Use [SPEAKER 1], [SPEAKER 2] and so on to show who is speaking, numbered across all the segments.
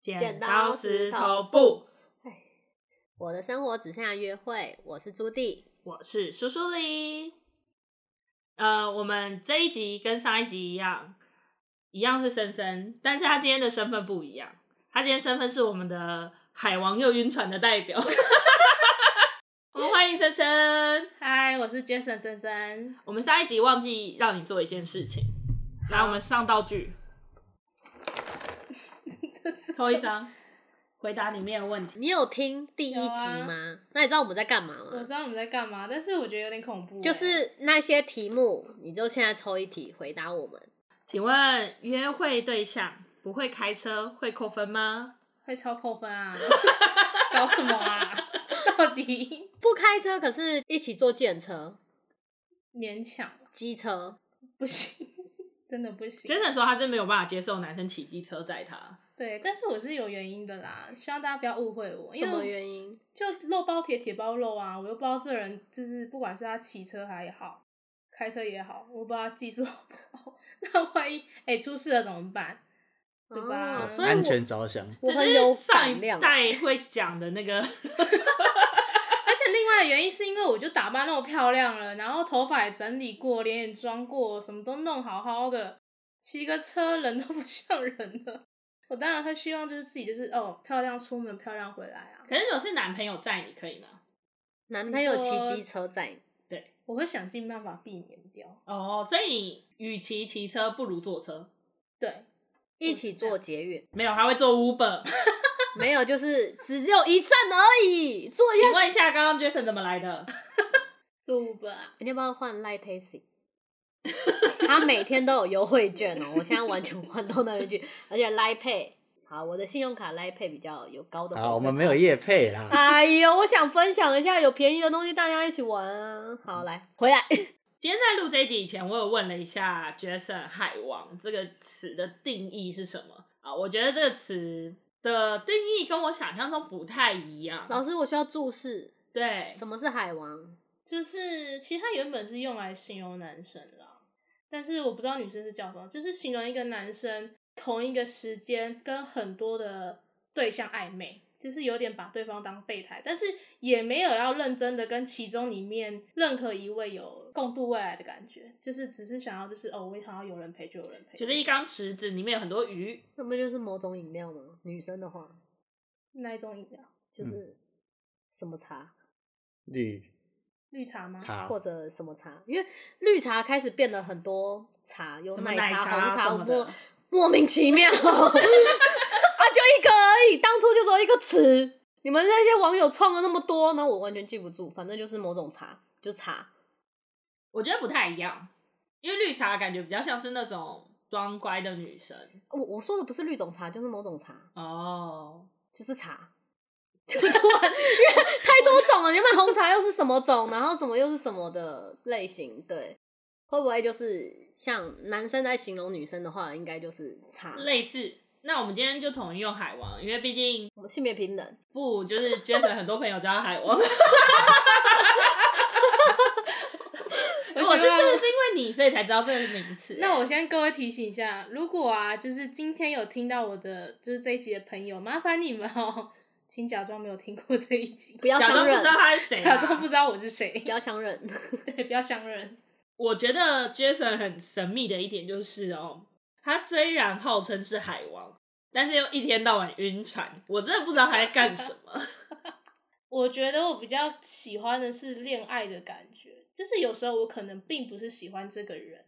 [SPEAKER 1] 剪
[SPEAKER 2] 刀
[SPEAKER 1] 刀
[SPEAKER 2] 石
[SPEAKER 1] 石
[SPEAKER 2] 头
[SPEAKER 1] 头
[SPEAKER 2] 布
[SPEAKER 1] 布，
[SPEAKER 2] 我的生活只剩下约会，我是朱棣。
[SPEAKER 1] 我是苏苏黎。呃，我们这一集跟上一集一样，一样是森森，但是他今天的身份不一样，他今天身份是我们的海王又晕船的代表。 我们欢迎森森。
[SPEAKER 2] 嗨，我是 Jason 森森。
[SPEAKER 1] 我们上一集忘记让你做一件事情，来，我们上道具，
[SPEAKER 2] 这是
[SPEAKER 1] 抽一张，回答里面的问题。
[SPEAKER 2] 你有听第一集
[SPEAKER 3] 有啊
[SPEAKER 2] 吗？那你知道我们在干嘛
[SPEAKER 3] 我
[SPEAKER 2] 吗
[SPEAKER 3] 知？道我们在干嘛，但是我觉得有点恐怖欸、
[SPEAKER 2] 就是那些题目，你就现在抽一题回答我们。
[SPEAKER 1] 请问约会对象不会开车会扣分吗？
[SPEAKER 3] 会超扣分啊， 搞什么啊？ 到 底
[SPEAKER 2] 不开车，可是一起坐电车、
[SPEAKER 3] 勉强
[SPEAKER 2] 机车，
[SPEAKER 3] 不行，真的不行。
[SPEAKER 1] Jason 说他真没有办法接受男生骑机车载他，
[SPEAKER 3] 对，但是我是有原因的啦，希望大家不要误会我，
[SPEAKER 2] 什
[SPEAKER 3] 因
[SPEAKER 2] 么
[SPEAKER 3] 为
[SPEAKER 2] 原因？
[SPEAKER 3] 就肉包铁，铁包肉啊，我又不知道这人就是不管是他骑车还好，开车也好，我不知道他技术好不好， 那万一哎、出事了怎么办？对吧？
[SPEAKER 2] 哦所以
[SPEAKER 4] 安全着想，
[SPEAKER 2] 我
[SPEAKER 1] 这
[SPEAKER 2] 很
[SPEAKER 1] 是
[SPEAKER 2] 有
[SPEAKER 1] 上
[SPEAKER 2] 胆
[SPEAKER 1] 一
[SPEAKER 2] 量。
[SPEAKER 1] 代会讲的那个
[SPEAKER 3] 而且另外的原因是因为我就打扮那么漂亮了，然后头发也整理过，脸也妆过，什么都弄好好的，骑个车人都不像人了。我当然会希望就是自己就是哦漂亮出门漂亮回来啊，
[SPEAKER 1] 可是如果是男朋友载你可以吗？
[SPEAKER 2] 男朋友
[SPEAKER 3] 你
[SPEAKER 2] 骑
[SPEAKER 3] 说
[SPEAKER 2] 机车载
[SPEAKER 3] 我会想尽办法避免掉。
[SPEAKER 1] 哦，所以你与其骑车，不如坐车。
[SPEAKER 3] 对，
[SPEAKER 2] 你一起坐捷运，
[SPEAKER 1] 没有，他会坐 Uber。
[SPEAKER 2] 哎没有，就是只有一站而已。坐一下
[SPEAKER 1] 请，问一下，刚刚 Jason 怎么来的？
[SPEAKER 3] 做 Uber 啊，
[SPEAKER 2] 你要不要换 Light Taxi？他每天都有优惠券哦，我现在完全换到那一句，而且 Light Pay，好，我的信用卡 Light Pay 比较有高的。
[SPEAKER 4] 好，我们没有。业配啦。
[SPEAKER 2] 哎呦，我想分享一下有便宜的东西，大家一起玩啊！好，来回来，
[SPEAKER 1] 今天在录这一集以前，我有问了一下 Jason“ 海王”这个词的定义是什么啊？我觉得这个词的定义跟我想象中不太一样。
[SPEAKER 2] 老师，我需要注释，
[SPEAKER 1] 对，
[SPEAKER 2] 什么是海王？
[SPEAKER 3] 就是其实它原本是用来形容男生啦，但是我不知道女生是叫什么，就是形容一个男生同一个时间跟很多的对象暧昧，就是有点把对方当备胎，但是也没有要认真的跟其中里面任何一位有共度未来的感觉，就是只是想要就是哦，我想要有人陪就有人陪，
[SPEAKER 1] 就是一缸池子里面有很多鱼，
[SPEAKER 2] 那不就是某种饮料吗？女生的话
[SPEAKER 3] 那一种饮料，
[SPEAKER 2] 就是
[SPEAKER 4] 嗯
[SPEAKER 2] 什么茶、
[SPEAKER 4] 绿
[SPEAKER 3] 绿茶吗？
[SPEAKER 1] 啊
[SPEAKER 4] 茶
[SPEAKER 2] 或者什么茶，因为绿茶开始变得很多茶，有
[SPEAKER 1] 什么
[SPEAKER 2] 茶、
[SPEAKER 1] 茶
[SPEAKER 2] 红茶、
[SPEAKER 1] 什
[SPEAKER 2] 乌
[SPEAKER 1] 么
[SPEAKER 2] 木
[SPEAKER 1] 的。
[SPEAKER 2] 莫名 其妙啊，就一个而已，当初就只有一个词。你们那些网友创了那么多，那我完全记不住，反正就是某种茶，就茶。
[SPEAKER 1] 我觉得不太一样，因为绿茶感觉比较像是那种装乖的女生
[SPEAKER 2] 我我说的不是绿种茶，就是某种茶，
[SPEAKER 1] 哦。
[SPEAKER 2] 就是茶。 就突然，因为太多种了，你们红茶又是什么种，然后什么又是什么的类型，对？会不会就是像男生在形容女生的话，应该就是茶？
[SPEAKER 1] 类似。那我们今天就统一用海王，因为毕竟
[SPEAKER 2] 我们性别平等，
[SPEAKER 1] 不就是 Jason 很多朋友叫他海 王。我是真的是因为你，所以才知道这个名词。欸
[SPEAKER 3] 那我先各位提醒一下，如果啊，就是今天有听到我的就是这一集的朋友，麻烦你们哦，请假装没有听过这一集，
[SPEAKER 2] 不要
[SPEAKER 1] 假装
[SPEAKER 2] 相
[SPEAKER 1] 不知
[SPEAKER 2] 认，
[SPEAKER 1] 道他是谁
[SPEAKER 3] 假
[SPEAKER 1] 啊，
[SPEAKER 3] 装不知道我是 谁
[SPEAKER 2] 不，要相认。
[SPEAKER 3] 对，不要相认。
[SPEAKER 1] 我觉得 Jason 很神秘的一点就是哦，他虽然号称是海王，但是又一天到晚晕船，我真的不知道他在干什么。
[SPEAKER 3] 我觉得我比较喜欢的是恋爱的感觉，就是有时候我可能并不是喜欢这个人，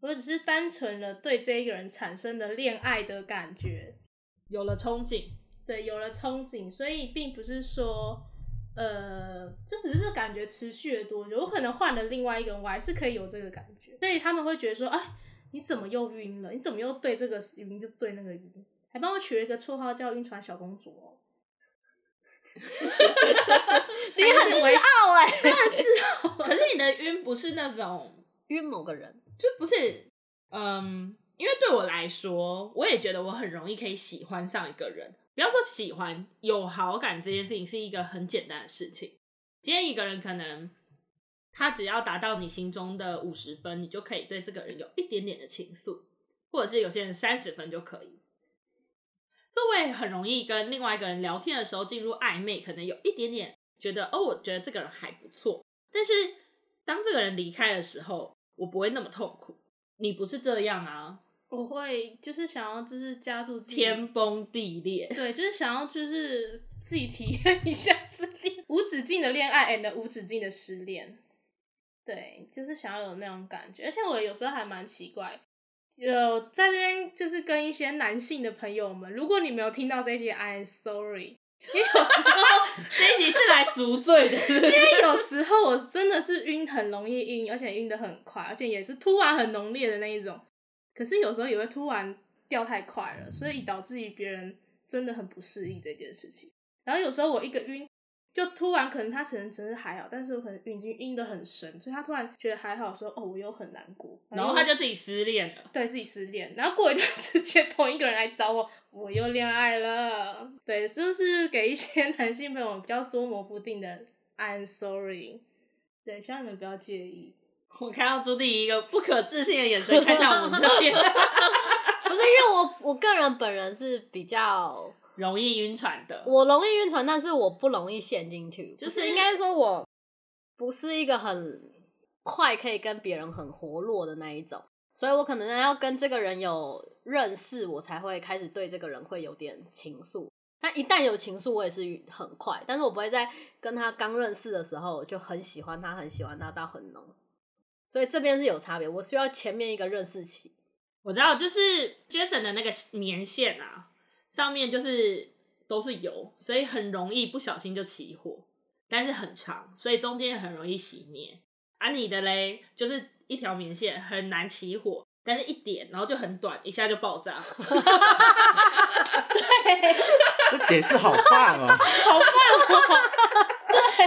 [SPEAKER 3] 我只是单纯的对这一个人产生的恋爱的感觉，
[SPEAKER 1] 有了憧憬，
[SPEAKER 3] 对，有了憧憬，所以并不是说，呃，就只是这感觉持续了多久。我可能换了另外一个人，我还是可以有这个感觉，所以他们会觉得说，哎，你怎么又晕了？你怎么又对这个晕就对那个晕？还帮我取了一个绰号叫“晕船小公主”哦，
[SPEAKER 2] 你很自傲哎、
[SPEAKER 1] 可是你的晕不是那种
[SPEAKER 2] 晕某个人，
[SPEAKER 1] 就不是，嗯，因为对我来说，我也觉得我很容易可以喜欢上一个人。不要说喜欢，有好感这件事情是一个很简单的事情。今天一个人可能他只要达到你心中的五十分，你就可以对这个人有一点点的情愫，或者是有些人三十分就可以。所会很容易跟另外一个人聊天的时候进入暧昧，可能有一点点觉得哦，我觉得这个人还不错，但是当这个人离开的时候，我不会那么痛苦。你不是这样啊，
[SPEAKER 3] 我会就是想要就是加入自己
[SPEAKER 1] 天崩地 裂。
[SPEAKER 3] 对，就是想要就是自己体验一下失恋，无止境的恋爱 and 无止境的失恋。对，就是想要有那种感觉，而且我有时候还蛮奇怪，有在这边就是跟一些男性的朋友们，如果你没有听到这一集，I am sorry，因为 有时候
[SPEAKER 1] 这一集是来赎罪的，是不是
[SPEAKER 3] 因为有时候我真的是晕，很容易晕，而且晕的很快，而且也是突然很浓烈的那一种。可是有时候也会突然掉太快了，所以导致于别人真的很不适应这件事情。然后有时候我一个晕，就突然可能他可能只是还好，但是我可能已经晕的很深，所以他突然觉得还好的时候，哦，我又很难过，
[SPEAKER 1] 然后他就自己失恋了。
[SPEAKER 3] 对自己失恋，然后过一段 时间，同一个人来找我，我又恋爱了。对，就是给一些 男性朋友比较捉摸不定的人，I'm sorry。对，希望你们不要介意。
[SPEAKER 1] 我看到朱棣一个不可置信的眼神看向我们这边，
[SPEAKER 2] 不是因为我我个人本人是比较
[SPEAKER 1] 容易晕船的。
[SPEAKER 2] 我容易晕船，但是我不容易陷进去，
[SPEAKER 1] 就
[SPEAKER 2] 就是是应该说我不是一个很快可以跟别人很活络的那一种，所以我可能要跟这个人有认识，我才会开始对这个人会有点情愫。但一旦有情愫，我也是很快，但是我不会在跟他刚认识的时候就很喜欢他，很喜欢他到很浓，所以这边是有差别。我需要前面一个认识期，
[SPEAKER 1] 我知道，就是 Jason 的那个棉线啊，上面就是都是油，所以很容易不小心就起火，但是很长，所以中间很容易熄灭。啊，你的嘞，就是一条棉线很难起火，但是一点，然后就很短，一下就爆炸。
[SPEAKER 4] 这解释好棒哦！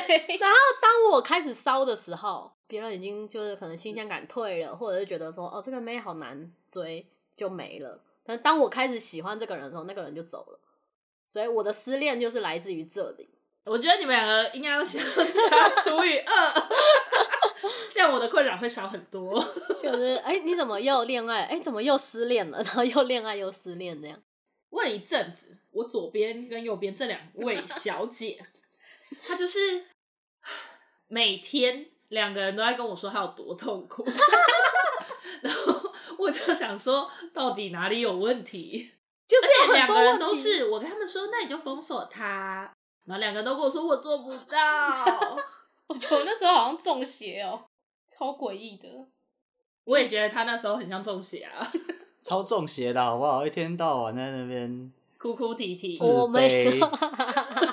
[SPEAKER 3] 对，
[SPEAKER 2] 然后当我开始烧的时候，别人已经就是可能新鲜感退了，或者是觉得说哦这个妹好难追，就没了。但是当我开始喜欢这个人的时候，那个人就走了。所以我的失恋就是来自于这里。
[SPEAKER 1] 我觉得你们两个应该要 相加除以二， 这样我的困扰会少很多。
[SPEAKER 2] 就是哎、你怎么又恋爱？哎、怎么又失恋了？然后又恋爱又失恋这样。
[SPEAKER 1] 问一阵子，我左边跟右边这两位小 姐，她就是 每天两个人都在跟我说她有多痛 苦，然后我就想说，到底哪里有问题？
[SPEAKER 2] 就
[SPEAKER 1] 而
[SPEAKER 2] 是
[SPEAKER 1] 且
[SPEAKER 2] 有很
[SPEAKER 1] 两
[SPEAKER 2] 多
[SPEAKER 1] 个人
[SPEAKER 2] 问
[SPEAKER 1] 都
[SPEAKER 2] 题
[SPEAKER 1] 是，我跟他们说，那你就封锁他，然后两个人都跟我说我做不 到。
[SPEAKER 3] 我觉得我那时候好像中邪哦，超诡异的。
[SPEAKER 1] 我也觉得他那时候很像中邪啊，
[SPEAKER 4] 超中邪的好不好？一天到晚在那边
[SPEAKER 1] 哭哭啼啼。
[SPEAKER 4] 自
[SPEAKER 2] 我没有
[SPEAKER 4] 卑，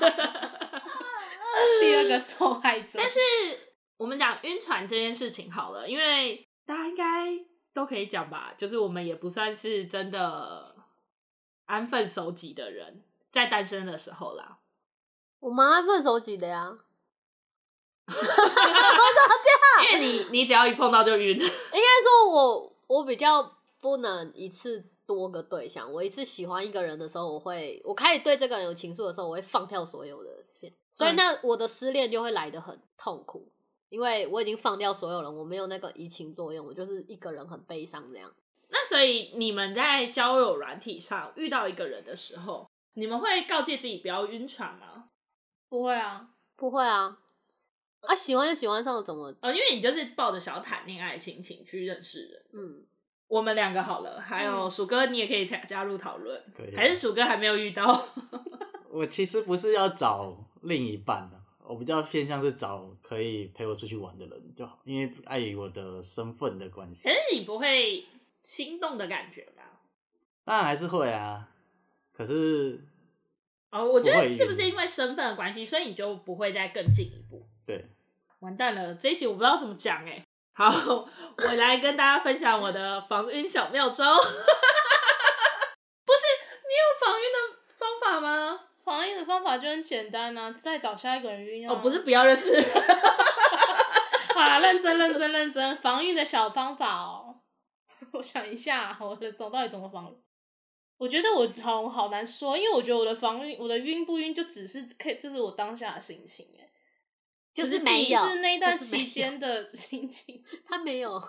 [SPEAKER 3] 第二个 受害 者，
[SPEAKER 1] 但是我们讲晕船这件事情好了，因为大家应该都可以讲吧，就是我们也不算是真的安分守己的人，在单身的时候啦。
[SPEAKER 2] 我蛮爱分手几的呀。
[SPEAKER 1] 因为你你只要一碰到就晕，
[SPEAKER 2] 应该说我我比较不能一次多个对象，我一次喜欢一个人的时候，我会我开始对这个人有情愫的时候，我会放掉所有的线，所以
[SPEAKER 1] 嗯
[SPEAKER 2] 那我的失恋就会来得很痛苦，因为我已经放掉所有人，我没有那个移情作用，我就是一个人很悲伤这样。
[SPEAKER 1] 那所以你们在交友软体上遇到一个人的时候，你们会告诫自己不要晕船吗？
[SPEAKER 3] 不会啊，
[SPEAKER 2] 不会啊，啊喜欢就喜欢上了，怎么
[SPEAKER 1] 哦，因为你就是抱着想要谈恋爱的心情去认识人。
[SPEAKER 2] 嗯？
[SPEAKER 1] 我们两个好了，还有
[SPEAKER 3] 嗯
[SPEAKER 1] 鼠哥，你也可以加加入讨论
[SPEAKER 4] 可以， 啊
[SPEAKER 1] 还是鼠哥还没有遇到？
[SPEAKER 4] 我其实不是要找另一半的，我比较偏向是找可以陪我出去玩的人就好，因为碍于我的身份的关系
[SPEAKER 1] 可，是你不会心动的感觉吧？
[SPEAKER 4] 当然还是会啊。可是，
[SPEAKER 1] 哦，我觉得
[SPEAKER 4] 不会
[SPEAKER 1] 是不是因为身份的关系，所以你就不会再更进一步？
[SPEAKER 4] 对，
[SPEAKER 1] 完蛋了，这一集我不知道怎么讲哎、好，我来跟大家分享我的防晕小妙招。 不是，你有防晕的方法吗？
[SPEAKER 3] 防疫的方法就很简单啊，再找下一个人晕啊。
[SPEAKER 1] 哦，不是，不要认识人。
[SPEAKER 3] 好啦，认真认真认真，防御的小方法哦。 我想一下，我的手到底怎么防？我觉得我好好难说，因为我觉得我的防御，我的晕不晕，就只是可以，这是我当下的心情哎，
[SPEAKER 2] 就是
[SPEAKER 3] 是
[SPEAKER 2] 没有，
[SPEAKER 3] 是那一段
[SPEAKER 2] 就是没
[SPEAKER 3] 期间的心 情。
[SPEAKER 2] 有，他没有，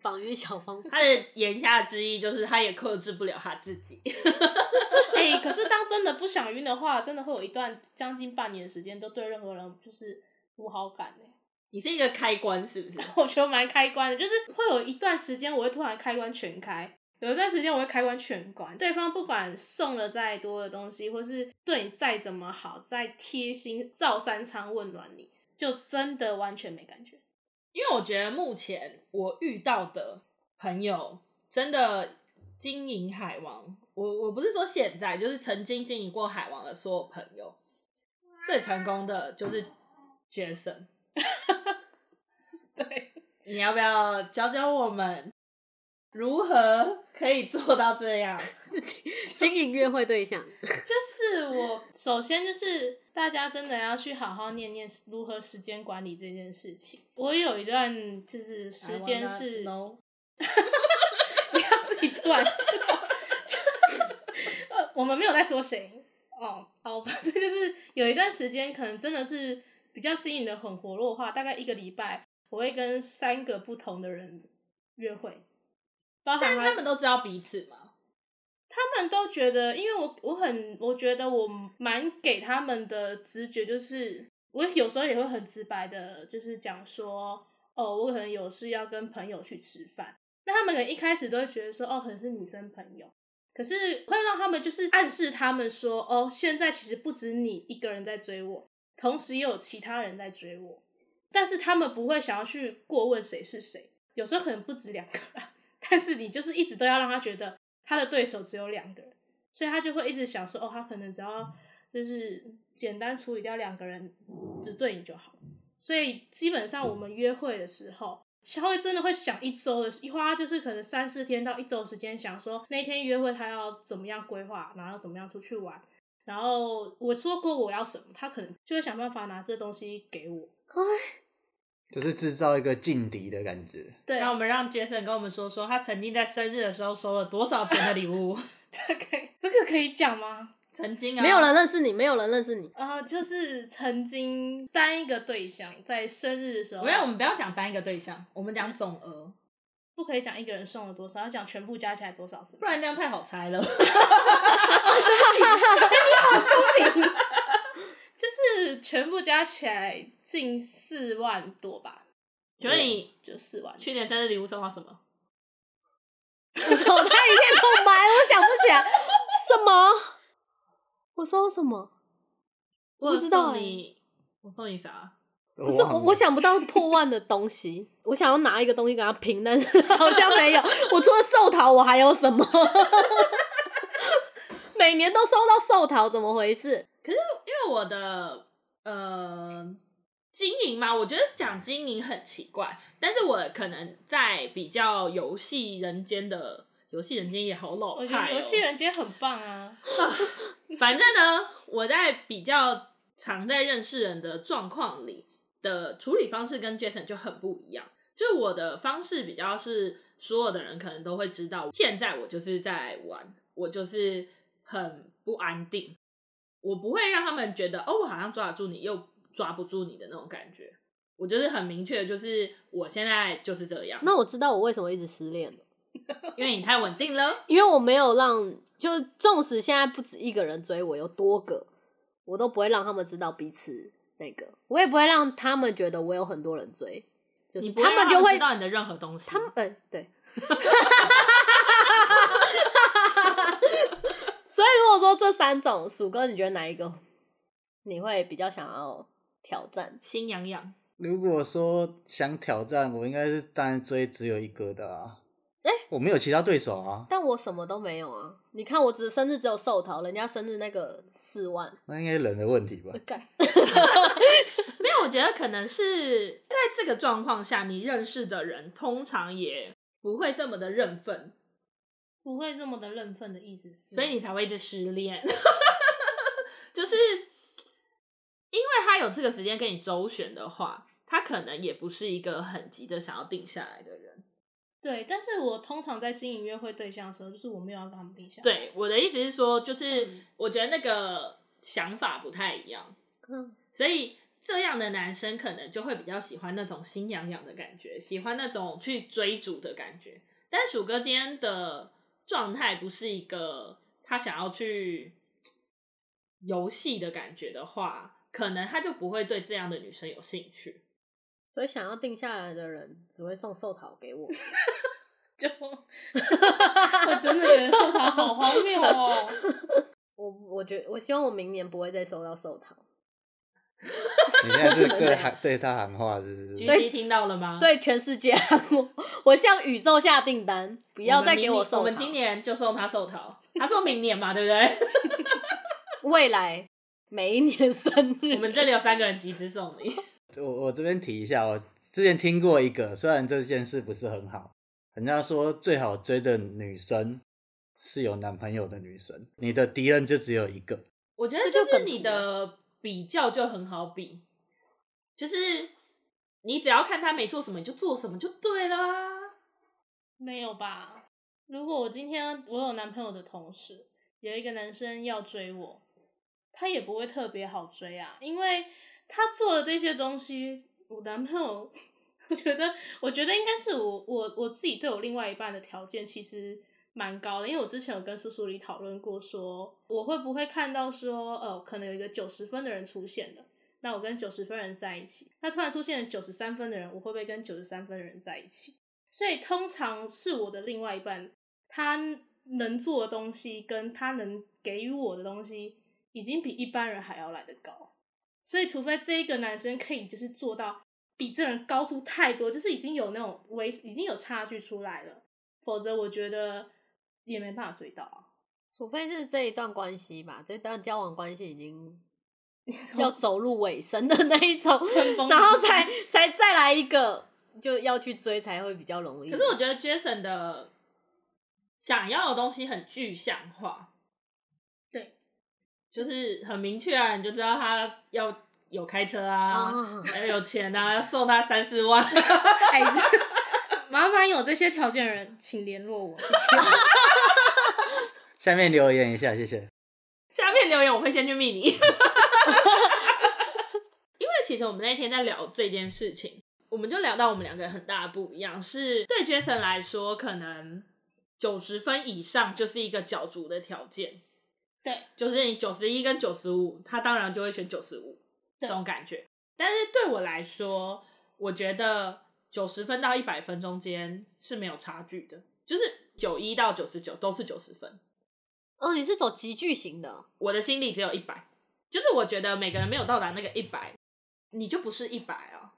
[SPEAKER 2] 防御小方法。
[SPEAKER 1] 他的言下之意就是他也克制不了他自己。
[SPEAKER 3] 哎、可是当真的不想晕的话，真的会有一段将近半年的时间都对任何人就是无好感哎、
[SPEAKER 1] 你是一个开关是不是？
[SPEAKER 3] 我觉得蛮开关的，就是会有一段时间我会突然开关全开，有一段时间我会开关全关。对方不管送了再多的东西，或是对你再怎么好、再贴心、照三餐问暖你，就真的完全没感觉。
[SPEAKER 1] 因为我觉得目前我遇到的朋友真的经营海王，我我不是说现在，就是曾经经营过海王的所有朋友，最成功的就是 Jason。
[SPEAKER 3] 对，
[SPEAKER 1] 你要不要教教我们如何可以做到这 样？
[SPEAKER 2] 经营约会对象，
[SPEAKER 3] 就是我首先就是大家真的要去好好念念如何时间管理这件事情。我有一段就是时间
[SPEAKER 1] I wanna
[SPEAKER 3] 是
[SPEAKER 1] know
[SPEAKER 3] 不要自己断。呃，我们没有在说谁哦，好，反正就是有一段时间，可能真的是比较经营的很活络化，大概一个礼拜，我会跟三个不同的人约会，包含
[SPEAKER 1] 但他们都知道彼此嘛，
[SPEAKER 3] 他们都觉得，因为我我很我觉得我蛮给他们的直觉就是，我有时候也会很直白的，就是讲说，哦，我可能有事要跟朋友去吃饭，那他们可能一开始都会觉得说，哦，可能是女生朋友。可是会让他们就是暗示他们说，哦，现在其实不止你一个人在追我，同时也有其他人在追我，但是他们不会想要去过问谁是谁，有时候可能不止两个啦，但是你就是一直都要让他觉得他的对手只有两个人，所以他就会一直想说，哦，他可能只要就是简单处理掉两个人，只对你就好。所以基本上我们约会的时候，他会真的会想一周的，一花就是可能三四天到一周的时间，想说那天约会他要怎么样规划，然后怎么样出去玩。然后我说过我要什么，他可能就会想办法拿这东西给我。啊
[SPEAKER 4] 就是制造一个劲敌的感觉。
[SPEAKER 3] 对，
[SPEAKER 1] 让我们让 Jason 跟我们说说他曾经在生日的时候收了多少钱的礼物。
[SPEAKER 3] 这个可以这个可以讲吗？
[SPEAKER 1] 曾经啊，
[SPEAKER 2] 没有人认识你，没有人认识你。
[SPEAKER 3] 呃，就是曾经单一个对象在生日的时候，
[SPEAKER 1] 没有，我们不要讲单一个对象，我们讲总额，
[SPEAKER 3] 不可以讲一个人送了多少，要讲全部加起来多少是
[SPEAKER 1] 不
[SPEAKER 3] 吧？
[SPEAKER 1] 然那样太好猜了。
[SPEAKER 3] 哎就是全部加起来近四万多吧，
[SPEAKER 1] 请问你
[SPEAKER 3] 就四万。
[SPEAKER 1] 去年生日礼物收到什么？
[SPEAKER 2] 我脑袋一片空白，我想不起来什么。我说什么？
[SPEAKER 1] 我
[SPEAKER 2] 不
[SPEAKER 1] 有
[SPEAKER 2] 知道欸
[SPEAKER 3] 欸
[SPEAKER 1] 送你，我送你啥？
[SPEAKER 4] 不
[SPEAKER 2] 不是我，我想不到破万的东西。我想要拿一个东西跟他拼，但是好像没有。我除了寿桃，我还有什么？ 每年都收到寿桃，怎么回事？
[SPEAKER 1] 因为我的呃经营嘛，我觉得讲经营很奇怪，但是我可能在比较游戏人间的游戏人间也好老派、哦，
[SPEAKER 3] 我觉得游戏人间很棒啊，
[SPEAKER 1] 反正呢，我在比较常在认识人的状况里的处理方式跟 Jason 就很不一样。就是我的方式比较是，所有的人可能都会知道，现在我就是在玩，我就是很不安定，我不会让他们觉得哦，我好像抓得住你，又抓不住你的那种感觉。我就是很明确，就是我现在就是这样。
[SPEAKER 2] 那我知道我为什么一直失恋了，
[SPEAKER 1] 因为你太稳定了，
[SPEAKER 2] 因为我没有让，就纵使现在不止一个人追我，有多个，我都不会让他们知道彼此那个，我也不会让他们觉得我有很多人追，就是
[SPEAKER 1] 你不会让
[SPEAKER 2] 们就
[SPEAKER 1] 他
[SPEAKER 2] 会
[SPEAKER 1] 知道你的任何东西。
[SPEAKER 2] 他们呃对， 所以如果说这三种，鼠哥你觉得哪一个你会比较想要挑战？
[SPEAKER 1] 心痒痒，
[SPEAKER 4] 如果说想挑战，我应该是当然追只有一个的啊。哎、我没有其他对手啊，
[SPEAKER 2] 但我什么都没有啊！你看我只生日只有寿桃，人家生日那个四万，
[SPEAKER 4] 那应该是人的问题 吧？
[SPEAKER 2] 干
[SPEAKER 1] 没有，我觉得可能是在这个状况下，你认识的人通常也不会这么的认份，
[SPEAKER 3] 不会这么的认份的意思是，
[SPEAKER 1] 所以你才会一直失恋。 就是因为他有这个时间跟你周旋的话，他可能也不是一个很急着想要定下来的人。
[SPEAKER 3] 对。但是我通常在经营约会对象的时候，就是我没有要跟他们定下来，
[SPEAKER 1] 对，我的意思是说，就是我觉得那个想法不太一样，
[SPEAKER 2] 嗯
[SPEAKER 1] 所以这样的男生可能就会比较喜欢那种心痒痒的感觉，喜欢那种去追逐的感觉。但鼠哥今天的状态不是一个他想要去游戏的感觉的话，可能他就不会对这样的女生有兴趣。
[SPEAKER 2] 所以想要定下来的人只会送寿桃给我。
[SPEAKER 3] 就 我真的觉得社团好荒谬哦。
[SPEAKER 2] 我我觉我希望我明年不会再收到寿桃。
[SPEAKER 5] 你现在是
[SPEAKER 2] 对
[SPEAKER 5] 对喊对他喊话，是
[SPEAKER 4] 嗯
[SPEAKER 5] 不是？
[SPEAKER 1] 菊西听到了吗？，
[SPEAKER 2] 对全世界喊我，我向宇宙下订单，不
[SPEAKER 1] 不
[SPEAKER 2] 要再给
[SPEAKER 1] 我
[SPEAKER 2] 寿桃。
[SPEAKER 1] 们明年我们今年就送他寿桃，他说明年嘛，对不对？
[SPEAKER 2] 未来每一年生日，
[SPEAKER 1] 我们这里有三个人集资送你。
[SPEAKER 4] 我我这边提一下，我之前听过一个，虽然这件事不是很好，人家说最好追的女生是有男朋友的女生，你的敌人就只有一个。
[SPEAKER 1] 我觉得
[SPEAKER 2] 这
[SPEAKER 1] 就
[SPEAKER 2] 就是梗
[SPEAKER 1] 你
[SPEAKER 2] 图
[SPEAKER 1] 的比较就很好比，就是你只要看他没做什么，你就做什么就对啦。
[SPEAKER 3] 没有吧？如果我今天我有男朋友的同时，有一个男生要追我，他也不会特别好追啊，因为他做的这些东西，我男朋友，我觉得，我觉得应该是我我我自己对我另外一半的条件其实蛮高的，因为我之前有跟苏苏里讨论过说我会不会看到说，呃，可能有一个九十分的人出现的。那我跟九十分人在一起，那突然出现了九十三分的人，我会不会跟九十三分的人在一起？所以通常是我的另外一半，他能做的东西跟他能给予我的东西，已经比一般人还要来得高。所以，除非这一个男生可以就是做到比这人高出太多，就是已经有那种维已经有差距出来了，否则我觉得也没办法追到啊。
[SPEAKER 2] 除非是这一段关系吧，这段交往关系已经要走入尾声的那一种
[SPEAKER 3] 分崩，离析
[SPEAKER 2] 然后才才再来一个，就要去追才会比较容易。
[SPEAKER 1] 可是我觉得 Jason 的想要的东西很具象化，
[SPEAKER 3] 对，
[SPEAKER 1] 就是很明确啊，你就知道他要有开车啊，
[SPEAKER 2] 啊，
[SPEAKER 1] 还有钱啊，要送他三四万。
[SPEAKER 3] 哎，麻烦有这 些条件的人，请联络我，谢谢。
[SPEAKER 4] 下面留言一下，谢谢。
[SPEAKER 1] 下面留言我会先去密你，因 为其实我们那天在聊这件事情，我们就聊到我们两个很大的不一样，是对 Jason 来说，可能九十分以上就是一个角逐的条件，
[SPEAKER 3] 对，
[SPEAKER 1] 就是你九十一跟九十五，他当然就会选九十五这种感觉。但是对我来说，我觉得九十分到一百分中间是没有差距的，就是九一到九十九都是九十分。
[SPEAKER 2] 哦，你是走极具型的，哦
[SPEAKER 1] 我的心里只有一百，就是我觉得每个人没有到达那个一百，你就不是一百啊。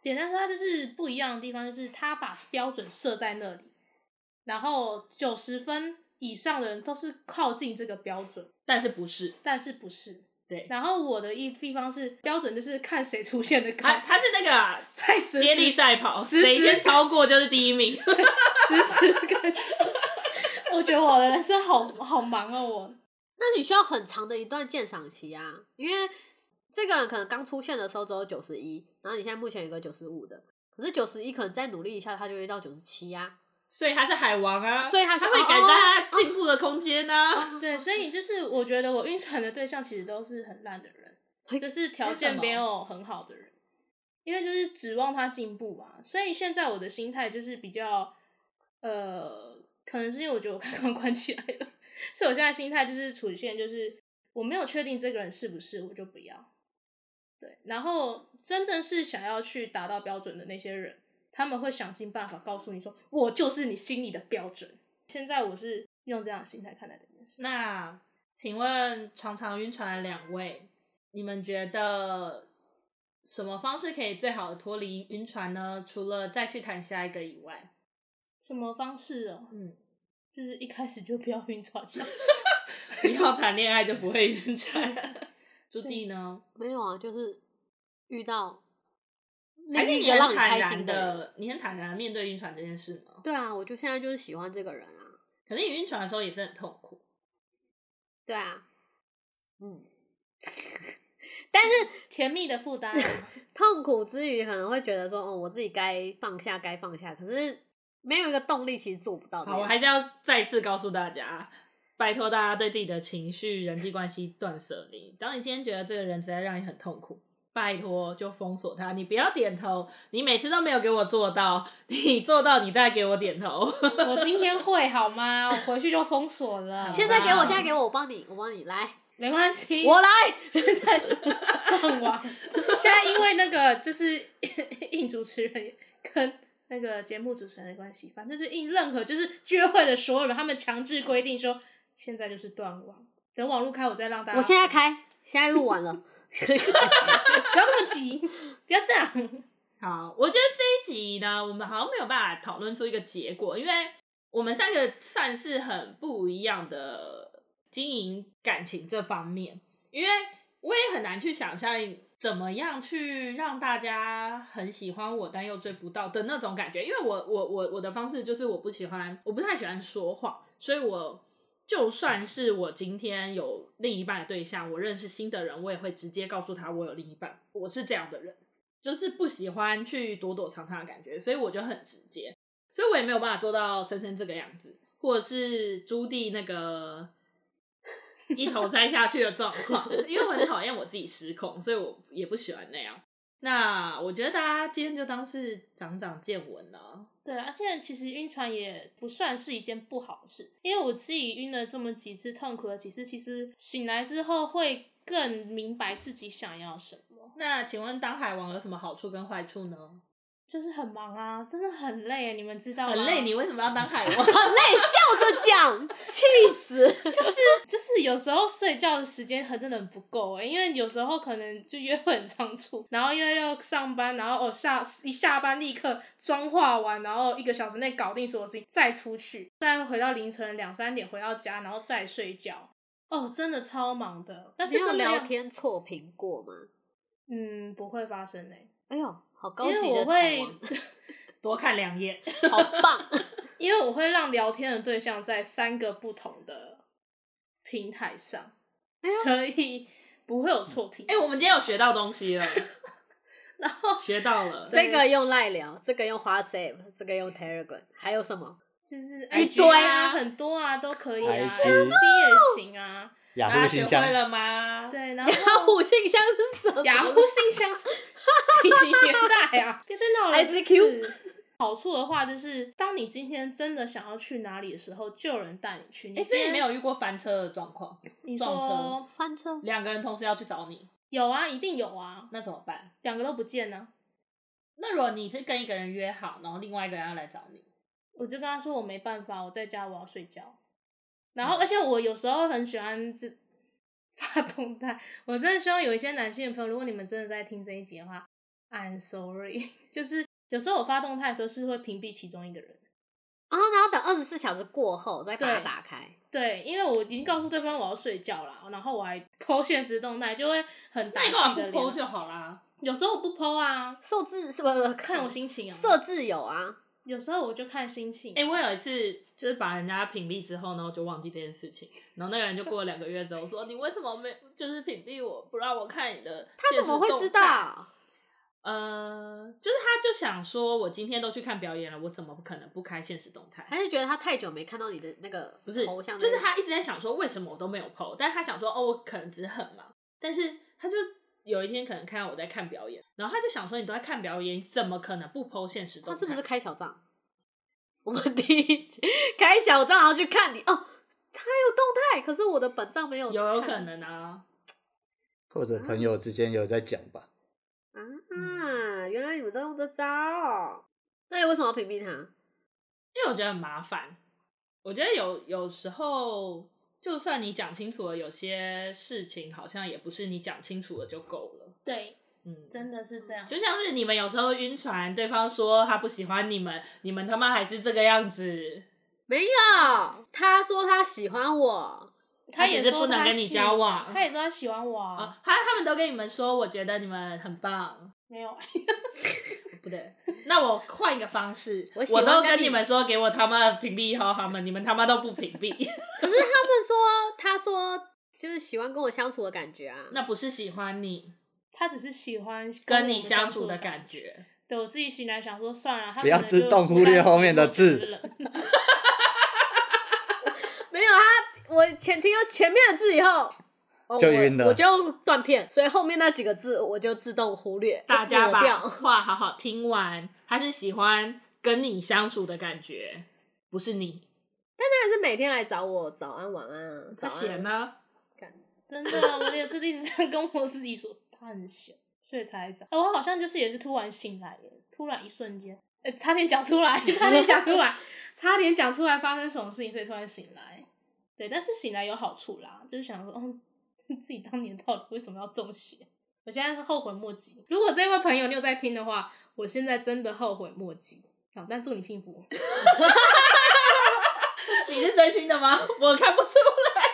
[SPEAKER 3] 简单说，它就是不一样的地方，就是他把标准设在那里，然后九十分以上的人都是靠近这个标准，
[SPEAKER 1] 但是不是？
[SPEAKER 3] 但是不是？
[SPEAKER 1] 对，
[SPEAKER 3] 然后我的一地方是标准，就是看谁出现的
[SPEAKER 1] 他
[SPEAKER 3] 高，
[SPEAKER 1] 他是那个啊、
[SPEAKER 3] 在实
[SPEAKER 1] 接力
[SPEAKER 3] 时
[SPEAKER 1] 赛跑，
[SPEAKER 3] 实
[SPEAKER 1] 谁
[SPEAKER 3] 时
[SPEAKER 1] 先超过就是第一名。
[SPEAKER 3] 实时跟上。 我觉得我的人生好好忙哦，我
[SPEAKER 2] 那你需要很长的一段鉴赏期啊，因为这个人可能刚出现的时候只有九十一，然后你现在目前有个九十五的，可是九十一可能再努力一下，他就会到九十七呀。
[SPEAKER 1] 所以他是海王啊，
[SPEAKER 2] 所以他
[SPEAKER 1] 他
[SPEAKER 2] 是
[SPEAKER 1] 会给大家进步的空间啊。
[SPEAKER 3] 对，所以就是我觉得我晕船的对象其实都是很烂的
[SPEAKER 2] 嘿
[SPEAKER 3] 人，就是条件没有很好的人，因为就是指望他进步嘛。所以现在我的心态就是比较，呃，可能是因为我觉得我刚刚关起来了，所以我现在心态就是处于现就是我没有确定这个人是不是，我就不要。对，然后真正是想要去达到标准的那些人，他们会想尽办法告诉你说，我就是你心里的标准。现在我是用这样的心态看待这件事。
[SPEAKER 1] 那请问常常晕船的两位，你们觉得什么方式可以最好的脱离晕船呢？除了再去谈下一个以外，
[SPEAKER 3] 什么方式哦？
[SPEAKER 1] 嗯，
[SPEAKER 3] 就是一开始就不要晕船了。
[SPEAKER 1] 不要谈恋爱就不会晕船。朱棣呢？
[SPEAKER 2] 没有啊，就是遇到
[SPEAKER 1] 还是
[SPEAKER 2] 另一
[SPEAKER 1] 你
[SPEAKER 2] 个
[SPEAKER 1] 很
[SPEAKER 2] 让你
[SPEAKER 1] 坦
[SPEAKER 2] 开心
[SPEAKER 1] 然
[SPEAKER 2] 人。
[SPEAKER 1] 的，你很坦然地面对晕船这件事吗？
[SPEAKER 2] 对啊，我就现在就是喜欢这个人啊。
[SPEAKER 1] 可能你晕船的时候也是很痛苦，
[SPEAKER 2] 对啊，嗯，但是
[SPEAKER 3] 甜蜜的负担，哦
[SPEAKER 2] 痛苦之余可能会觉得说，哦，我自己该放下，该放下，可是没有一个动力，其实做不到这件
[SPEAKER 1] 好，
[SPEAKER 2] 事。
[SPEAKER 1] 我还是要再次告诉大家，拜托大家对自己的情绪、人际关系断舍离。当你今天觉得这个人实在让你很痛苦，拜托就封锁他，你不要点头，你每次都没有给我做到，你做到你再给我点头。
[SPEAKER 3] 我今天会好吗？我回去就封锁了。
[SPEAKER 2] 现在给我，现在给我，我帮你，我帮你来，
[SPEAKER 3] 没关系，
[SPEAKER 2] 我来。
[SPEAKER 3] 现在更晚。现在因为那个就是应主持人跟那个节目主持人的关系，反正就是应任何就是聚会的所有人，他们强制规定说，现在就是断网，等网络开我再让大家。
[SPEAKER 2] 我现在，开，现在录完了。
[SPEAKER 3] 不要那么急，不要这样。
[SPEAKER 1] 好，我觉得这一集呢，我们好像没有办法讨论出一个结果，因为我们三个算是很不一样的经营感情这方面，因为我也很难去想象怎么样去让大家很喜欢我，但又追不到的那种感觉。因为我我我我的方式就是我不喜欢，我不太喜欢说谎，所以我就算是我今天有另一半的对象，我认识新的人，我也会直接告诉他我有另一半，我是这样的人。就是不喜欢去躲躲藏藏的感觉，所以我就很直接，所以我也没有办法做到深深这个样子，或者是朱棣那 个一头栽下去的状况，因为我很讨厌我自己失控，所以我也不喜欢那样。那我觉得大家今天就当是长长见闻了。
[SPEAKER 3] 对啊，而且其实晕船也不算是一件不好的事，因为我自己晕了这么几次，痛苦了几次，其实醒来之后会更明白自己想要什么。
[SPEAKER 1] 那请问当海王有什么好处跟坏处呢？
[SPEAKER 3] 就是很忙啊，真的很累，你们知道吗？
[SPEAKER 1] 很累，你为什么要当海 王？
[SPEAKER 2] 很累，笑着讲，气 死！
[SPEAKER 3] 就是就是有时候睡觉的时间很真的很不够哎、因为有时候可能就约会很仓促，然后因为要上班，然后哦下一下班立刻妆化完，然后一个小时内搞定所有事情，再出去，再回到凌晨两三点回到家，然后再睡觉。哦，真的超忙的，但
[SPEAKER 2] 你
[SPEAKER 3] 是
[SPEAKER 2] 有
[SPEAKER 3] 真的要
[SPEAKER 2] 聊，天错评过吗？
[SPEAKER 3] 嗯，不会发生哎、
[SPEAKER 2] 哎呦，好
[SPEAKER 3] 因
[SPEAKER 2] 高
[SPEAKER 3] 为
[SPEAKER 2] 级
[SPEAKER 3] 我
[SPEAKER 2] 的
[SPEAKER 3] 会
[SPEAKER 2] 才，
[SPEAKER 1] 多看两 眼。
[SPEAKER 2] 王， 好棒！
[SPEAKER 3] 因为我会让聊天的对象在三个不同的平台上，所以不会有错评。
[SPEAKER 1] 哎哎、我们今天有学到东西了，
[SPEAKER 3] 然后
[SPEAKER 1] 学到了。
[SPEAKER 2] 这个用赖聊，这个用 WhatsApp，这个用 Telegram，还有什么？
[SPEAKER 3] 就是
[SPEAKER 2] 一
[SPEAKER 3] IG
[SPEAKER 2] 堆
[SPEAKER 3] 啊，
[SPEAKER 2] 啊
[SPEAKER 3] 很多啊，都可以啊
[SPEAKER 5] IG
[SPEAKER 3] ，FB 也行啊，
[SPEAKER 5] 雅
[SPEAKER 1] 大
[SPEAKER 5] 虎
[SPEAKER 1] 家
[SPEAKER 5] 信
[SPEAKER 1] 学
[SPEAKER 5] 箱
[SPEAKER 1] 会了吗？
[SPEAKER 3] 对，然后
[SPEAKER 2] 雅虎信箱是什么？
[SPEAKER 3] 雅虎信箱是几年代啊？别再闹了
[SPEAKER 2] ICQ。
[SPEAKER 3] 好处的话就是，当你今天真的想要去哪里的时候，就有人带你去。
[SPEAKER 1] 哎、
[SPEAKER 3] 你
[SPEAKER 1] 所
[SPEAKER 3] 今
[SPEAKER 1] 以
[SPEAKER 3] 天
[SPEAKER 1] 你没有遇过翻车的状况，
[SPEAKER 3] 你
[SPEAKER 1] 撞
[SPEAKER 3] 说
[SPEAKER 1] 车
[SPEAKER 2] 翻车，
[SPEAKER 1] 两个人同时要去找你，
[SPEAKER 3] 有啊，一定有啊，
[SPEAKER 1] 那怎么办？
[SPEAKER 3] 两个都不见呢、啊
[SPEAKER 1] 那如果你是跟一个人约好，然后另外一个人要来找你，
[SPEAKER 3] 我就跟他说我没办法，我在家我要睡觉。然
[SPEAKER 1] 嗯
[SPEAKER 3] 后，而且我有时候很喜欢就 发动态，我真的希望有一些男性的朋友，如果你们真的在听这一集的话，I'm sorry，就是 有时候我发动态的时候是会屏蔽其中一个人，
[SPEAKER 2] 然啊后然后等二十四小时过后再把它
[SPEAKER 3] 对
[SPEAKER 2] 打开，
[SPEAKER 3] 对，因为我已经告诉对方我要睡觉啦，然后我还 剖现实动态，就会很打
[SPEAKER 1] 那
[SPEAKER 3] 自
[SPEAKER 1] 你干嘛
[SPEAKER 3] 己
[SPEAKER 1] 不
[SPEAKER 3] 的
[SPEAKER 1] 剖
[SPEAKER 3] 脸。
[SPEAKER 1] 就呃好啦？
[SPEAKER 3] 有时候我不剖啊，
[SPEAKER 2] 设置是不是
[SPEAKER 3] 看我心情啊。
[SPEAKER 2] 设置有啊，
[SPEAKER 3] 有时候我就看心情。
[SPEAKER 1] 哎、我有一次就是把人家屏蔽之后，然后就忘记这件事情，然后那个人就过了两个月之后说：“ 你为什么没就是屏蔽我，不让我看你的？”
[SPEAKER 2] 他怎么会知？道？
[SPEAKER 1] 呃，就是他就想说，我今天都去看表演了，我怎么可能不开现实动态？
[SPEAKER 2] 还是觉得他太久没看到你的那个
[SPEAKER 1] 不是，
[SPEAKER 2] 头像，
[SPEAKER 1] 就是他一直在想说为什么我都没有 PO，但是他想说哦，我可能只是很忙，但是他就有一天可能看到我在看表演，然后他就想说你都在看表演，你怎么可能不 PO 现实动
[SPEAKER 2] 他
[SPEAKER 1] 态？
[SPEAKER 2] 是不是开小账？ 我们第一集开小账，然后去看你哦，他有动态，可是我的本账没有看，
[SPEAKER 1] 有有可能啊？
[SPEAKER 5] 或者朋友之间有在讲吧。
[SPEAKER 2] 啊！
[SPEAKER 1] 嗯
[SPEAKER 2] 原来你们都用这招哦，那你为什么要屏蔽他？
[SPEAKER 1] 因为我觉得很麻烦，我觉得有有时候就算你讲清楚了，有些事情好像也不是你讲清楚了就够了。
[SPEAKER 3] 对，
[SPEAKER 1] 嗯，
[SPEAKER 3] 真的是这样。
[SPEAKER 1] 就像是你们有时候晕船，对方说他不喜欢你们，你们他妈还是这个样子，
[SPEAKER 2] 没
[SPEAKER 1] 嗯
[SPEAKER 2] 有，他说他喜欢我，
[SPEAKER 3] 他
[SPEAKER 1] 他
[SPEAKER 3] 也
[SPEAKER 1] 只是
[SPEAKER 3] 说
[SPEAKER 1] 不能
[SPEAKER 3] 他
[SPEAKER 1] 跟你
[SPEAKER 3] 喜
[SPEAKER 1] 交往
[SPEAKER 3] 他也说他喜欢我啊，
[SPEAKER 1] 啊，他他们都跟你们说，我觉得你们很棒，
[SPEAKER 3] 没有。
[SPEAKER 1] 不 对，那我换一个方式，
[SPEAKER 2] 我
[SPEAKER 1] 我
[SPEAKER 2] 喜欢
[SPEAKER 1] 都
[SPEAKER 2] 跟
[SPEAKER 1] 跟
[SPEAKER 2] 你
[SPEAKER 1] 你们说，给我他妈屏蔽好他们，你们他妈都不屏蔽，
[SPEAKER 2] 可是他们说他说就是喜欢跟我相处的感觉啊，
[SPEAKER 1] 那不是喜欢你，
[SPEAKER 3] 他只是喜欢
[SPEAKER 1] 跟
[SPEAKER 3] 我
[SPEAKER 1] 你
[SPEAKER 3] 们
[SPEAKER 1] 相
[SPEAKER 3] 处
[SPEAKER 1] 处的
[SPEAKER 3] 感
[SPEAKER 1] 感。觉。
[SPEAKER 3] 对我自己醒来想说，算了，他
[SPEAKER 5] 不要
[SPEAKER 3] 可能
[SPEAKER 5] 自
[SPEAKER 3] 就
[SPEAKER 5] 动
[SPEAKER 3] 不
[SPEAKER 5] 忽略
[SPEAKER 3] 担
[SPEAKER 5] 后
[SPEAKER 3] 心
[SPEAKER 5] 面的
[SPEAKER 3] 会觉
[SPEAKER 5] 字
[SPEAKER 3] 得冷
[SPEAKER 2] 没有啊，我前听到前面的字以后，哦
[SPEAKER 4] 就
[SPEAKER 2] 我
[SPEAKER 4] 晕了
[SPEAKER 2] 我就断片，所以后面那几个字我就自动忽略，
[SPEAKER 1] 大家
[SPEAKER 2] 抹
[SPEAKER 1] 把
[SPEAKER 2] 掉。
[SPEAKER 1] 话好好听完，他是喜欢跟你相处的感觉，不是你。
[SPEAKER 2] 但是每天来找我早安晚安啊，
[SPEAKER 1] 他
[SPEAKER 2] 早
[SPEAKER 1] 写
[SPEAKER 2] 安。
[SPEAKER 1] 呢？
[SPEAKER 3] 真的，啊我也是一直在跟我自己说，他很闲，所以才找。哎、我好像就是也是突然醒来耶，突然一瞬间，哎、差点讲出来，差点讲出来，差点讲出来发生什么事情，所以突然醒来。对，但是醒来有好处啦，就是想说，嗯， 自己当年到底为什么要中邪？我现在是后悔莫及。如果这位朋友你有在听的话，我现在真的后悔莫及。好，但祝你幸福。哦
[SPEAKER 1] 你是真心的吗？ 我看不出来。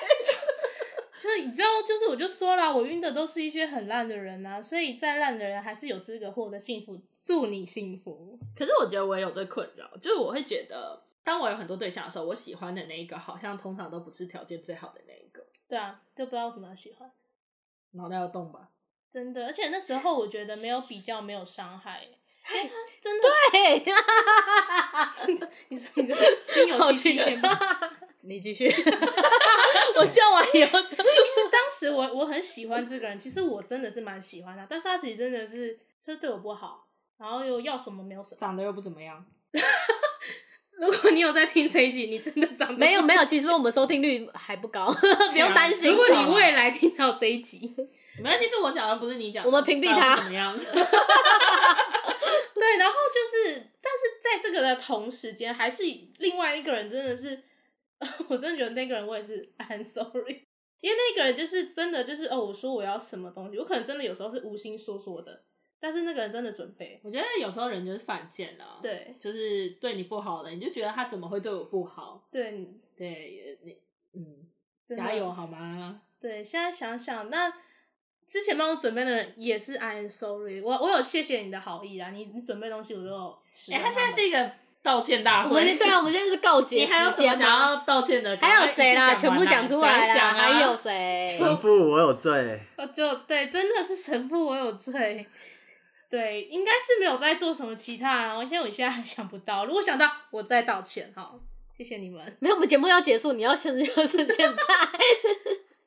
[SPEAKER 3] 就是你知道，就是我就说了，我晕的都是一些很烂的人呐、所以再烂的人还是有资格获得幸福。祝你幸福，
[SPEAKER 1] 可是我觉得我也有这困扰，就是我会觉得，当我有很多对象的时候，我喜欢的那一个好像通常都不是条件最好的那一个。
[SPEAKER 3] 对啊，就不知道为什么要喜欢，
[SPEAKER 1] 脑袋有洞吧？
[SPEAKER 3] 真的。而且那时候我觉得没有比较，没有伤害、欸 因为他真的，
[SPEAKER 2] 嘿，
[SPEAKER 3] 你说你的心有戚戚焉吗？
[SPEAKER 2] 你继续。 我笑完以后，
[SPEAKER 3] 当时我我很喜欢这个人，其实我真的是蛮喜欢他，但是他其实真的是就是对我不好，然后又要什么没有什么。
[SPEAKER 1] 长得又不怎么样，
[SPEAKER 3] 如果你有在听这一集，你真的长得
[SPEAKER 2] 没有没有，其实我们收听率还不高， 不
[SPEAKER 1] 啊
[SPEAKER 2] 用担心。
[SPEAKER 3] 如果你未来听到这一集，
[SPEAKER 1] 没关系，是我讲的，不是你讲的。
[SPEAKER 2] 我们屏蔽
[SPEAKER 1] 那
[SPEAKER 2] 他
[SPEAKER 1] 又怎么 样？
[SPEAKER 3] 对，然后就是，但是在这个的同时间，还是另外一个人真的是， 我真的觉得那个人我也是 I'm sorry，因 为那个人就是真的就是哦，我说我要什么东西，我可能真的有时候是无心说说的，但是那个人真的准备，
[SPEAKER 1] 我觉得有时候人就是犯贱啊，，
[SPEAKER 3] 对
[SPEAKER 1] 就是对你不好的，你就觉得他怎么会对我不好？
[SPEAKER 3] 对，你
[SPEAKER 1] 对，你嗯，
[SPEAKER 3] 真的
[SPEAKER 1] 加油好 吗？
[SPEAKER 3] 对，现在想想，那之前帮我准备的人也是 I'm sorry，我我有谢谢你的好意啊啦，你你准备的东西我都有吃
[SPEAKER 1] 哎、
[SPEAKER 3] 到它
[SPEAKER 1] 他
[SPEAKER 3] 们。
[SPEAKER 1] 现在是一个道歉大会。
[SPEAKER 2] 我们对啊，我们现在是告
[SPEAKER 1] 你
[SPEAKER 2] 捷时
[SPEAKER 1] 还有什么
[SPEAKER 2] 间
[SPEAKER 1] 想
[SPEAKER 2] 吗？
[SPEAKER 1] 要道歉的？
[SPEAKER 2] 还有谁
[SPEAKER 1] 赶快一
[SPEAKER 2] 啦？
[SPEAKER 1] 起
[SPEAKER 2] 全
[SPEAKER 1] 讲
[SPEAKER 2] 部
[SPEAKER 1] 完啊
[SPEAKER 2] 讲出来啦！
[SPEAKER 1] 讲一讲啊
[SPEAKER 2] 还有谁？
[SPEAKER 4] 神父，我有罪。
[SPEAKER 3] 我就对，真的是神父，我有罪。对，应该是没有在做什么其他啊，因为我现在还想不到。如果想到，我再道歉哈。谢谢你们。
[SPEAKER 2] 没有，我们节目要结束，你要现在就是 现在。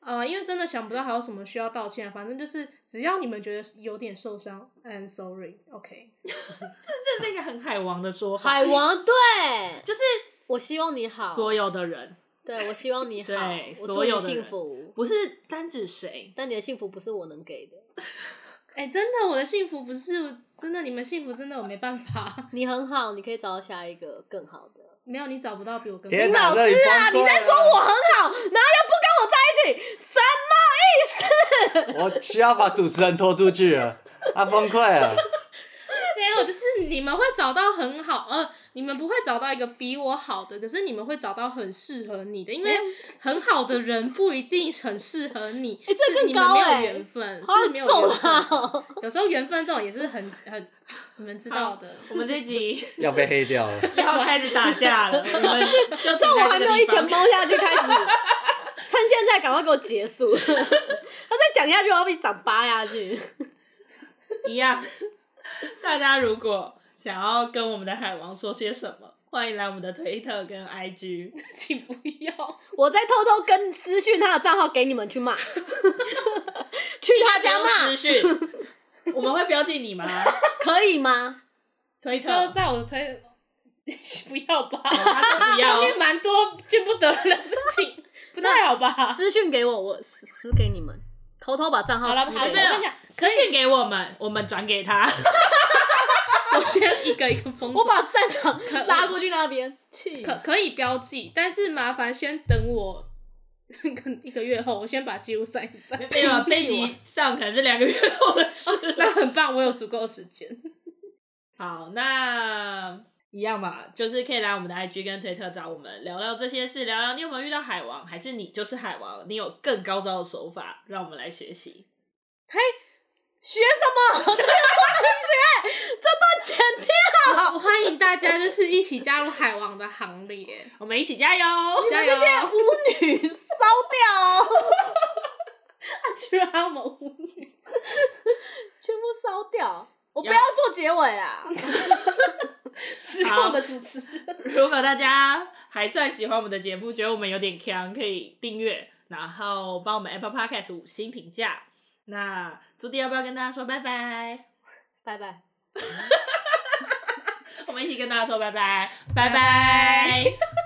[SPEAKER 3] 呃，因为真的想不到还有什么需要道歉啊，反正就是只要你们觉得有点受伤，I'm sorry，OK、
[SPEAKER 1] 这是一个很海王的说法，
[SPEAKER 2] 海王对，
[SPEAKER 1] 就是
[SPEAKER 2] 我希望你好，
[SPEAKER 1] 所有的人，
[SPEAKER 2] 对我希望你好，
[SPEAKER 1] 对
[SPEAKER 2] 我祝
[SPEAKER 1] 所
[SPEAKER 2] 你
[SPEAKER 1] 有的
[SPEAKER 2] 幸
[SPEAKER 1] 人
[SPEAKER 2] 福。
[SPEAKER 1] 不是单指谁。
[SPEAKER 2] 但你的幸福不是我能给的，
[SPEAKER 3] 哎、真的，我的幸福不是真的，你们幸福真的我没办法，
[SPEAKER 2] 你很好，你可以找到下一个更好的。
[SPEAKER 3] 没有你找不到比我更
[SPEAKER 4] 天
[SPEAKER 3] 好。
[SPEAKER 4] 哪，这里啊崩溃了！你在说
[SPEAKER 2] 我很好，然后又不跟我在一起，什么意思？
[SPEAKER 4] 我？我需要把主持人拖出去了，他崩溃了。
[SPEAKER 3] 没有，就是你们会找到很好，呃，你们不会找到一个比我好的，可是你们会找到很适合你的，因为很好的人不一定很适合你，
[SPEAKER 2] 哎这
[SPEAKER 3] 是
[SPEAKER 2] 更
[SPEAKER 3] 你们
[SPEAKER 2] 高
[SPEAKER 3] 没有
[SPEAKER 2] 哎
[SPEAKER 3] 缘分，
[SPEAKER 2] 好
[SPEAKER 3] 是没有
[SPEAKER 2] 重
[SPEAKER 3] 缘
[SPEAKER 2] 啊
[SPEAKER 3] 分。！有时候缘分这种也是很很，你们知道的。
[SPEAKER 1] 我们这集
[SPEAKER 4] 要被黑掉了。
[SPEAKER 1] 要开始打架 了，我们就
[SPEAKER 2] 趁
[SPEAKER 1] 从
[SPEAKER 2] 我还没有一拳猫下去开 始，趁现在赶快给我结束。他再讲下去，我要被掌扒下去。
[SPEAKER 1] 一样。大家如果想要跟我们的海王说些什么，欢迎来我们的推特跟 IG。
[SPEAKER 3] 请不要，
[SPEAKER 2] 我再偷偷跟私讯他的账号给你们去 骂，去他家骂
[SPEAKER 1] 私讯，我们会标记 你吗？
[SPEAKER 2] 可以吗？
[SPEAKER 1] 推
[SPEAKER 3] 你说
[SPEAKER 1] 特
[SPEAKER 3] 在我的推， 不要吧，
[SPEAKER 1] 他说不
[SPEAKER 3] 上
[SPEAKER 1] 要，
[SPEAKER 3] 面蛮多见不得人的事情，不太好吧？
[SPEAKER 2] 私讯给我，我私私给你们，偷偷把账号
[SPEAKER 3] 好了，好
[SPEAKER 2] 私
[SPEAKER 3] 了，我
[SPEAKER 2] 给
[SPEAKER 3] 跟
[SPEAKER 2] 你
[SPEAKER 1] 没有
[SPEAKER 2] 们。
[SPEAKER 3] 你讲，可
[SPEAKER 1] 私
[SPEAKER 3] 以，
[SPEAKER 1] 信给我们，我们转给 他。
[SPEAKER 3] 我先一个一个封锁。
[SPEAKER 2] 我把战场拉过去那边，气
[SPEAKER 3] 可可以标记，但是麻烦先等我一个月后，我先把记录删一删。
[SPEAKER 1] 没有，啊这一集上可能是两个月后的事。
[SPEAKER 3] 那很棒，我有足够的时间。
[SPEAKER 1] 好，那一样吧，就是可以来我们的 IG 跟推特找我们聊聊这些事，聊聊你有没有遇到海王，还是你就是海王，你有更高招的手法，让我们来学习。
[SPEAKER 2] 学什么？这不能学，这不剪掉。
[SPEAKER 1] 哦
[SPEAKER 3] 好，欢迎大家就是一起加入海王的行列，
[SPEAKER 1] 我们一起加油！
[SPEAKER 3] 加油！
[SPEAKER 2] 舞女烧掉哦，
[SPEAKER 3] 居然还有我们舞女，
[SPEAKER 2] 全部烧掉。我不要做结尾啦。
[SPEAKER 3] 失控的主持人。
[SPEAKER 1] 如果大家还算喜欢我们的节目，觉得我们有点强，可以订阅。然后帮我们 Apple Podcast 五星评价。那朱迪要不要跟大家说拜拜？
[SPEAKER 2] 拜拜。
[SPEAKER 1] 我们一起跟大家说拜拜，拜拜。